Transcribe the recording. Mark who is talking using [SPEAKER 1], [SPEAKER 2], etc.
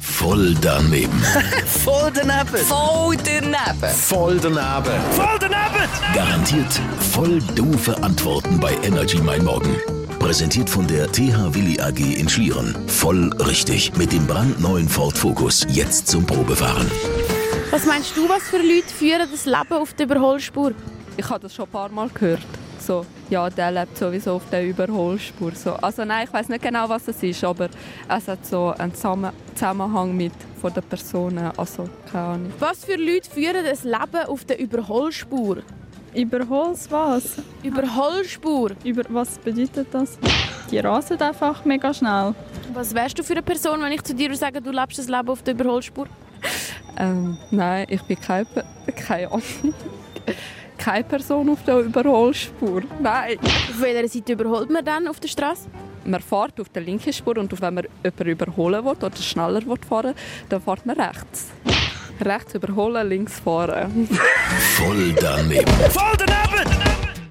[SPEAKER 1] Voll daneben.
[SPEAKER 2] Voll daneben.
[SPEAKER 3] Voll daneben.
[SPEAKER 1] Voll daneben.
[SPEAKER 2] Voll daneben!
[SPEAKER 1] Garantiert voll doofe Antworten bei Energy Mein Morgen. Präsentiert von der TH Willi AG in Schlieren. Voll richtig. Mit dem brandneuen Ford Focus. Jetzt zum Probefahren.
[SPEAKER 4] Was meinst du, was für Leute führen das Leben auf der Überholspur?
[SPEAKER 5] ich habe das schon ein paar Mal gehört. So, ja, der lebt sowieso auf der Überholspur. So. Also nein, ich weiß nicht genau, was es ist, aber es hat so einen Zusammen- Zusammenhang mit von der Person. Also keine Ahnung.
[SPEAKER 4] Was für Leute führen das Leben auf der Überholspur?
[SPEAKER 6] Überhol's was?
[SPEAKER 4] Überholspur.
[SPEAKER 6] Über was bedeutet das? Die rasen einfach mega schnell.
[SPEAKER 4] Was wärst du für eine Person, wenn ich zu dir würde sagen, du lebst das Leben auf der Überholspur?
[SPEAKER 5] Ähm, nein, ich bin keine, Pe- keine Ahnung. Keine Person auf der Überholspur. Nein.
[SPEAKER 4] Auf welcher Seite überholt man dann auf der Straße?
[SPEAKER 5] Man fährt auf der linken Spur und wenn man jemanden überholen will oder schneller will fahren dann fährt man rechts. Rechts überholen, links fahren.
[SPEAKER 1] Voll daneben.
[SPEAKER 2] Voll